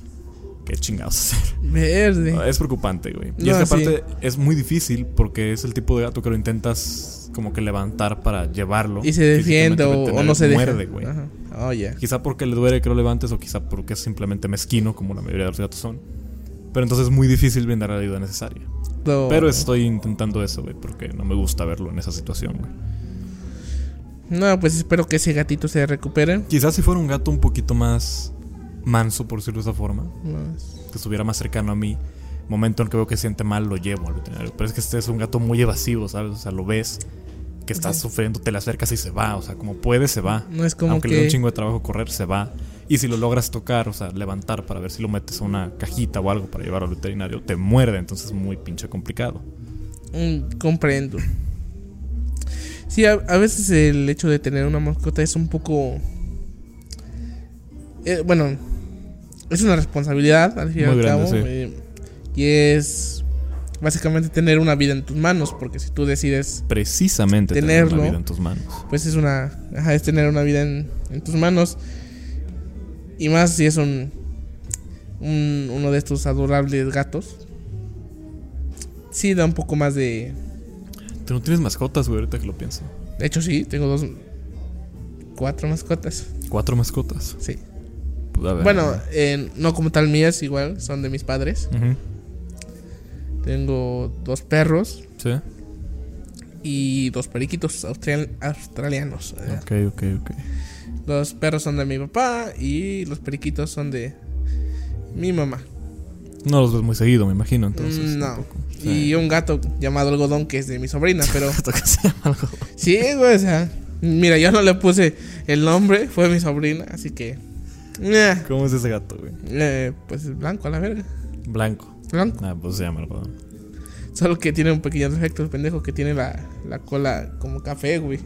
Qué chingados hacer.
Verde.
Es preocupante, güey. Y
No,
es que
sí.
aparte es muy difícil porque es el tipo de gato que lo intentas como que levantar para llevarlo.
Y se defiende o,
físicamente,
o no se deja.
Muerde, güey.
Ajá. Oh, ya.
Quizá porque le duele que lo levantes o quizá porque es simplemente mezquino como la mayoría de los gatos son. Pero entonces es muy difícil brindar la ayuda necesaria.
Lo-
Pero estoy intentando eso, güey, porque no me gusta verlo en esa situación, güey.
No, pues espero que ese gatito se recupere.
Quizás si fuera un gato un poquito más manso, por decirlo de esa forma,
Más-
que estuviera más cercano a mí, momento en que veo que siente mal, lo llevo al veterinario. Pero es que este es un gato muy evasivo, ¿sabes? O sea, lo ves, que está sufriendo, te le acercas y se va. O sea, como puede, se va.
No es Mm, como
Aunque le dé
que-
un chingo de trabajo correr, se va. Y si lo logras tocar, o sea, levantar para ver si lo metes a una cajita o algo para llevar al veterinario, te muerde. Entonces es muy pinche complicado.
Mm, comprendo. Sí, a, a veces el hecho de tener una mascota es un poco... eh, bueno, es una responsabilidad al fin y
Muy
al
grande,
cabo.
sí.
eh, y es básicamente tener una vida en tus manos, porque si tú decides,
Precisamente tener
Tenerlo.
la vida en tus manos.
pues es una... ajá, es tener una vida en, en tus manos. Y más si es un, un- uno de estos adorables gatos. Sí, da un poco más de...
Tú no tienes mascotas, güey, ahorita que lo pienso.
De hecho, sí, tengo dos. Cuatro mascotas.
Cuatro mascotas.
Sí.
Pues, a ver.
Bueno, eh, no como tal mías, igual, son de mis padres.
Ujú.
Tengo dos perros
Sí.
y dos periquitos austrial- australianos. ¿verdad?
Ok, ok, ok.
Los perros son de mi papá y los periquitos son de mi mamá.
No los ves muy seguido, me imagino, entonces.
Mm, no.
tampoco.
Y
Sí.
un gato llamado algodón que es de mi sobrina, pero
Gato que se llama algo.
sí, güey, o sea, mira, yo no le puse el nombre, fue mi sobrina, así que. eh,
¿Cómo es ese gato, güey?
eh, pues es blanco a la verga.
Blanco.
Blanco.
Ah, pues se llama algodón.
Solo que tiene un pequeño defecto, el pendejo, que tiene la, la cola como café, güey.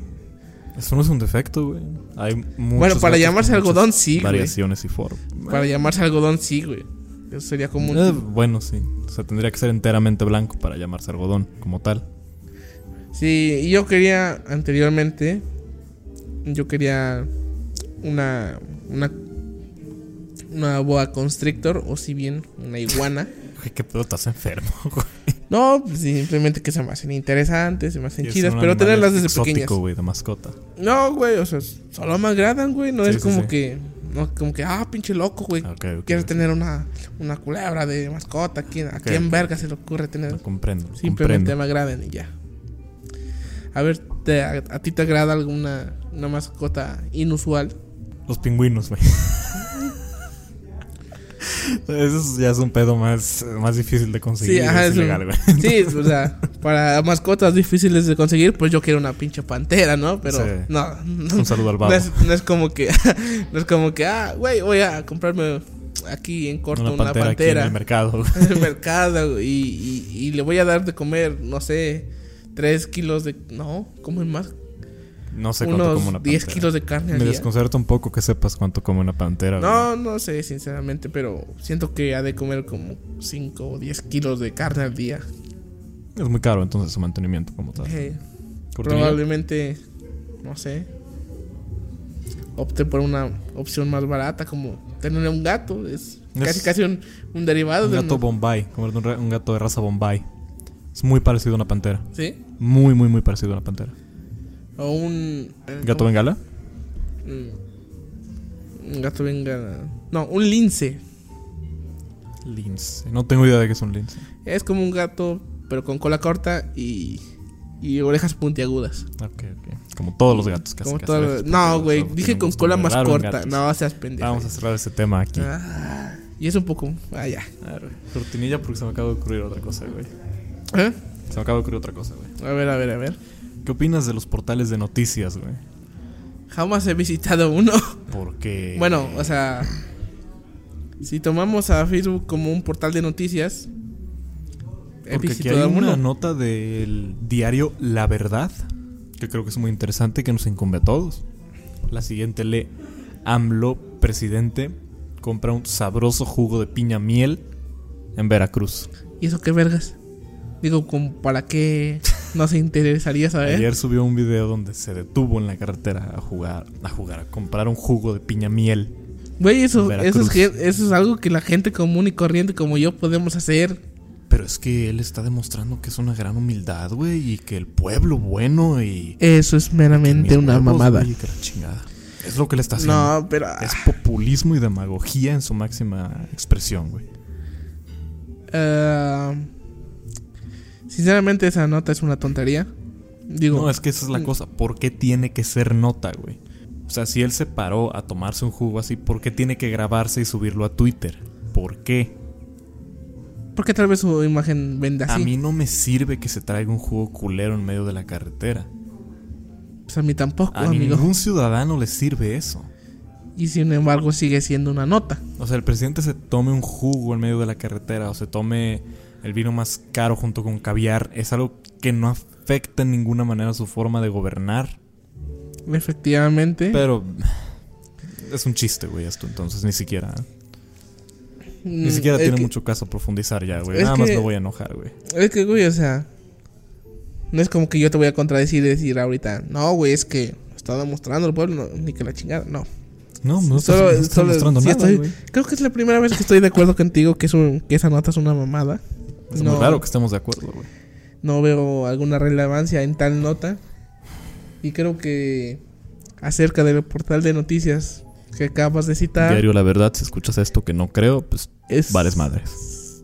Eso no es un defecto, güey. Hay muchos
Bueno, para
gatos
llamarse
con muchas
algodón, sí, güey.
Variaciones y formas.
Para llamarse algodón, sí, güey. Eso sería como un...
Eh, bueno, sí. O sea, tendría que ser enteramente blanco para llamarse algodón, como tal.
Sí, y yo quería anteriormente... Yo quería una... Una... Una boa constrictor, o si bien una iguana.
Güey, qué pedo, estás enfermo, güey.
No, pues, simplemente que se me hacen interesantes, se me hacen
Y es
chidas,
un
pero
animal
tenerlas desde
exótico,
pequeñas.
güey, de mascota.
No, güey, o sea, solo me agradan, güey. No
Sí,
es
sí,
como
sí.
que... No, como que, ah, pinche loco, güey.
Ok, ok.
Quieres tener una, una culebra de mascota. ¿A quién, a quién verga se le ocurre tener?
Lo comprendo. lo
Simplemente
comprendo.
me agraden y ya. A ver, te- a, a ti te agrada alguna una mascota inusual?
Los pingüinos, güey. Eso ya es un pedo más, más difícil de conseguir.
ajá,
es
un-
ilegal, güey.
Sí, o sea, para mascotas difíciles de conseguir, pues yo quiero una pinche pantera, ¿no? Pero
Sí.
no, no,
Un saludo al
no
babo.
es, no es como que, no es como que, ah, güey, voy a comprarme aquí en corto
Una pantera, aquí en el mercado. güey.
en el mercado y, y- y le voy a dar de comer, no sé, 3 kilos de... No, comen más.
No sé cuánto como una
unos
pantera.
10 kilos de carne al
Me
día.
desconcerta un poco que sepas cuánto come una pantera. güey.
No, no sé, sinceramente, pero siento que ha de comer como 5 o 10 kilos de carne al día.
Es muy caro entonces su mantenimiento como tal.
Eh,
Cortinilla.
probablemente, no sé, opte por una opción más barata como tener un gato. Es,
Es
casi casi un, un derivado
Un
de
gato
un-
Bombay. Como un, ra- un gato de raza Bombay. Es muy parecido a una pantera.
¿Sí?
Muy, muy, muy parecido a una pantera.
O un... eh,
¿Gato bengala?
Mm. Un gato venga. No, un lince.
Lince. No tengo idea de qué es un lince.
Es como un gato, pero con cola corta y, y orejas puntiagudas.
Ok, ok. Como todos los gatos casi.
Como
casi.
todo lo- No, güey, dije
Tienen
con
gusto
cola
muy
más
raro en
corta.
gatos.
No, seas pendejo.
Vamos a cerrar ese tema aquí.
Ah, y es un poco. Ah, ya.
Cortinilla porque se me acaba de ocurrir otra cosa, güey.
¿Eh?
Se me acaba de ocurrir otra cosa, güey.
A ver, a ver, a ver.
¿Qué opinas de los portales de noticias, güey?
Jamás he visitado uno.
Porque...
Bueno, o sea. Si tomamos a Facebook como un portal de noticias, he
Porque aquí hay
visitado
una
uno.
nota del diario La Verdad, que creo que es muy interesante y que nos incumbe a todos. La siguiente lee, AMLO, presidente, compra un sabroso jugo de piña miel en Veracruz.
¿Y eso qué vergas? Digo, como ¿para qué no se interesaría saber?
Ayer subió un video donde se detuvo en la carretera a jugar, a jugar, a comprar un jugo de piña miel.
Güey, eso, eso, es,
Veracruz.
gen- eso es algo que la gente común y corriente como yo podemos hacer.
Pero es que él está demostrando que es una gran humildad, güey, y que el pueblo bueno y...
Eso es meramente
mis
una
huevos,
mamada.
güey, que la chingada. Es lo que le está haciendo.
No, pero...
Es populismo y demagogia en su máxima expresión, güey.
ah, sinceramente esa nota es una tontería. Digo, mm.
No, es que esa es la cosa. ¿Por qué tiene que ser nota, güey? O sea, si él se paró a tomarse un jugo así, ¿por qué tiene que grabarse y subirlo a Twitter? ¿Por qué?
porque tal vez su imagen venda
A
así.
mí no me sirve que se traiga un jugo culero en medio de la carretera.
Pues a mí tampoco,
A
amigo.
ningún ciudadano le sirve eso.
Y sin embargo sigue siendo una nota.
O sea, el presidente se tome un jugo en medio de la carretera o se tome el vino más caro junto con caviar. Es algo que no afecta en ninguna manera su forma de gobernar.
Efectivamente.
Pero es un chiste, güey, esto. Entonces ni siquiera. ¿eh? Ni
Mm,
siquiera
es
tiene
que-
mucho caso profundizar ya, güey.
es
Nada más
que-
me voy a enojar, güey.
Es que, güey, o sea. No es como que yo te voy a contradecir y decir ahorita, no, güey, es que está demostrando el pueblo, no, ni que la chingada, no. pues,
No, no estás,
Solo-
no estás
solo-
mostrando
sí
nada,
estoy-
güey.
Creo que es la primera vez que estoy de acuerdo contigo que, es un- que esa nota es una mamada.
Es
no,
muy raro que estemos de acuerdo, güey.
no veo alguna relevancia en tal nota. Y creo que acerca del portal de noticias que acabas de citar.
Diario, la verdad, si escuchas esto que no creo, pues
es-
vales madres.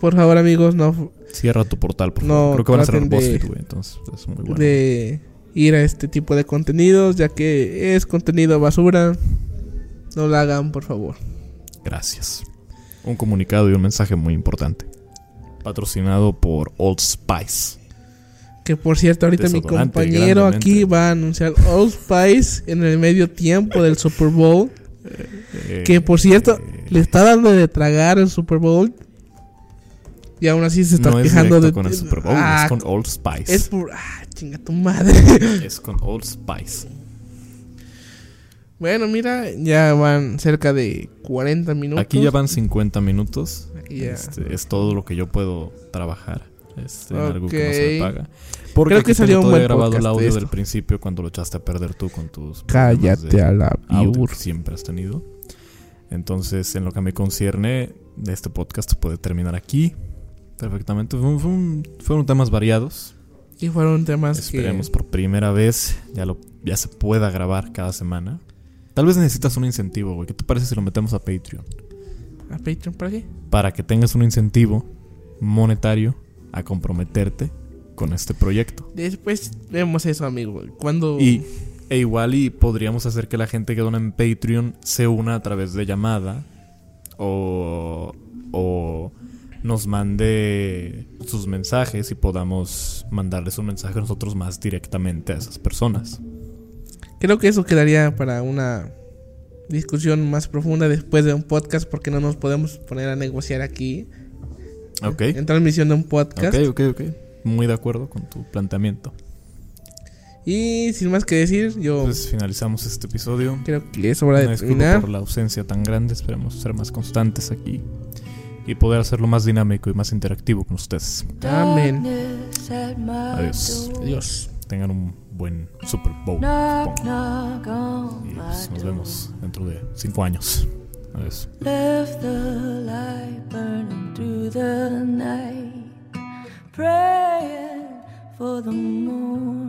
Por favor, amigos, no
Cierra tu portal, por
No,
favor. creo que van a cerrar
traten de-
BuzzFeed, güey. Entonces, es muy bueno.
de ir a este tipo de contenidos, ya que es contenido basura. No lo hagan, por favor.
Gracias. Un comunicado y un mensaje muy importante. Patrocinado por Old Spice.
Que por cierto, ahorita mi
Desodorante,
compañero
grandemente.
aquí va a anunciar Old Spice en el medio tiempo del Super Bowl.
Eh,
Que por cierto,
eh,
le está dando de tragar el Super Bowl. Y aún así se está
no es
quejando
directo
de.
con el Super Bowl,
Ah,
es con Old Spice.
es por. Ah, chinga tu madre.
es con Old Spice.
bueno, mira, ya van cerca de 40 minutos.
Aquí ya van 50 minutos.
Aquí pues, ya.
Este, es todo lo que yo puedo trabajar. Este, en algo que no se me
Ok.
paga. Porque
Creo
aquí
que salió
tengo
un
todavía
buen
grabado
podcast
el
de
audio
esto.
del principio cuando lo echaste a perder tú con tus. problemas
Cállate
de
a la
audio
biur.
que siempre has tenido. Entonces, en lo que me concierne, este podcast puede terminar aquí. Perfectamente. Fue un- fue un- fueron temas variados.
Y fueron temas
Esperemos por primera vez ya, lo, ya se pueda grabar cada semana. Tal vez necesitas un incentivo, güey. ¿Qué te parece si lo metemos a Patreon?
que. ¿A Patreon para qué?
Para que tengas un incentivo monetario a comprometerte con este proyecto.
Después vemos eso, amigo. Cuando.
Y e igual y podríamos hacer que la gente que dona en Patreon se una a través de llamada o, o nos mande sus mensajes y podamos mandarles un mensaje nosotros más directamente a esas personas.
Creo que eso quedaría para una discusión más profunda después de un podcast porque no nos podemos poner a negociar aquí.
Ok.
En transmisión de un podcast.
Ok, ok, ok. Muy de acuerdo con tu planteamiento.
Y sin más que decir, yo
Entonces finalizamos este episodio.
creo que es hora
Una
de
disculpa
terminar.
por la ausencia tan grande. Esperemos ser más constantes aquí y poder hacerlo más dinámico y más interactivo con ustedes.
Amén.
Darkness at my
Adiós.
door.
Adiós.
Tengan un buen Super Bowl.
Knock,
supongo.
knock on
Y
my
pues, nos
door.
vemos dentro de cinco años. Adiós.
Left the light burning through the night, praying for the moon.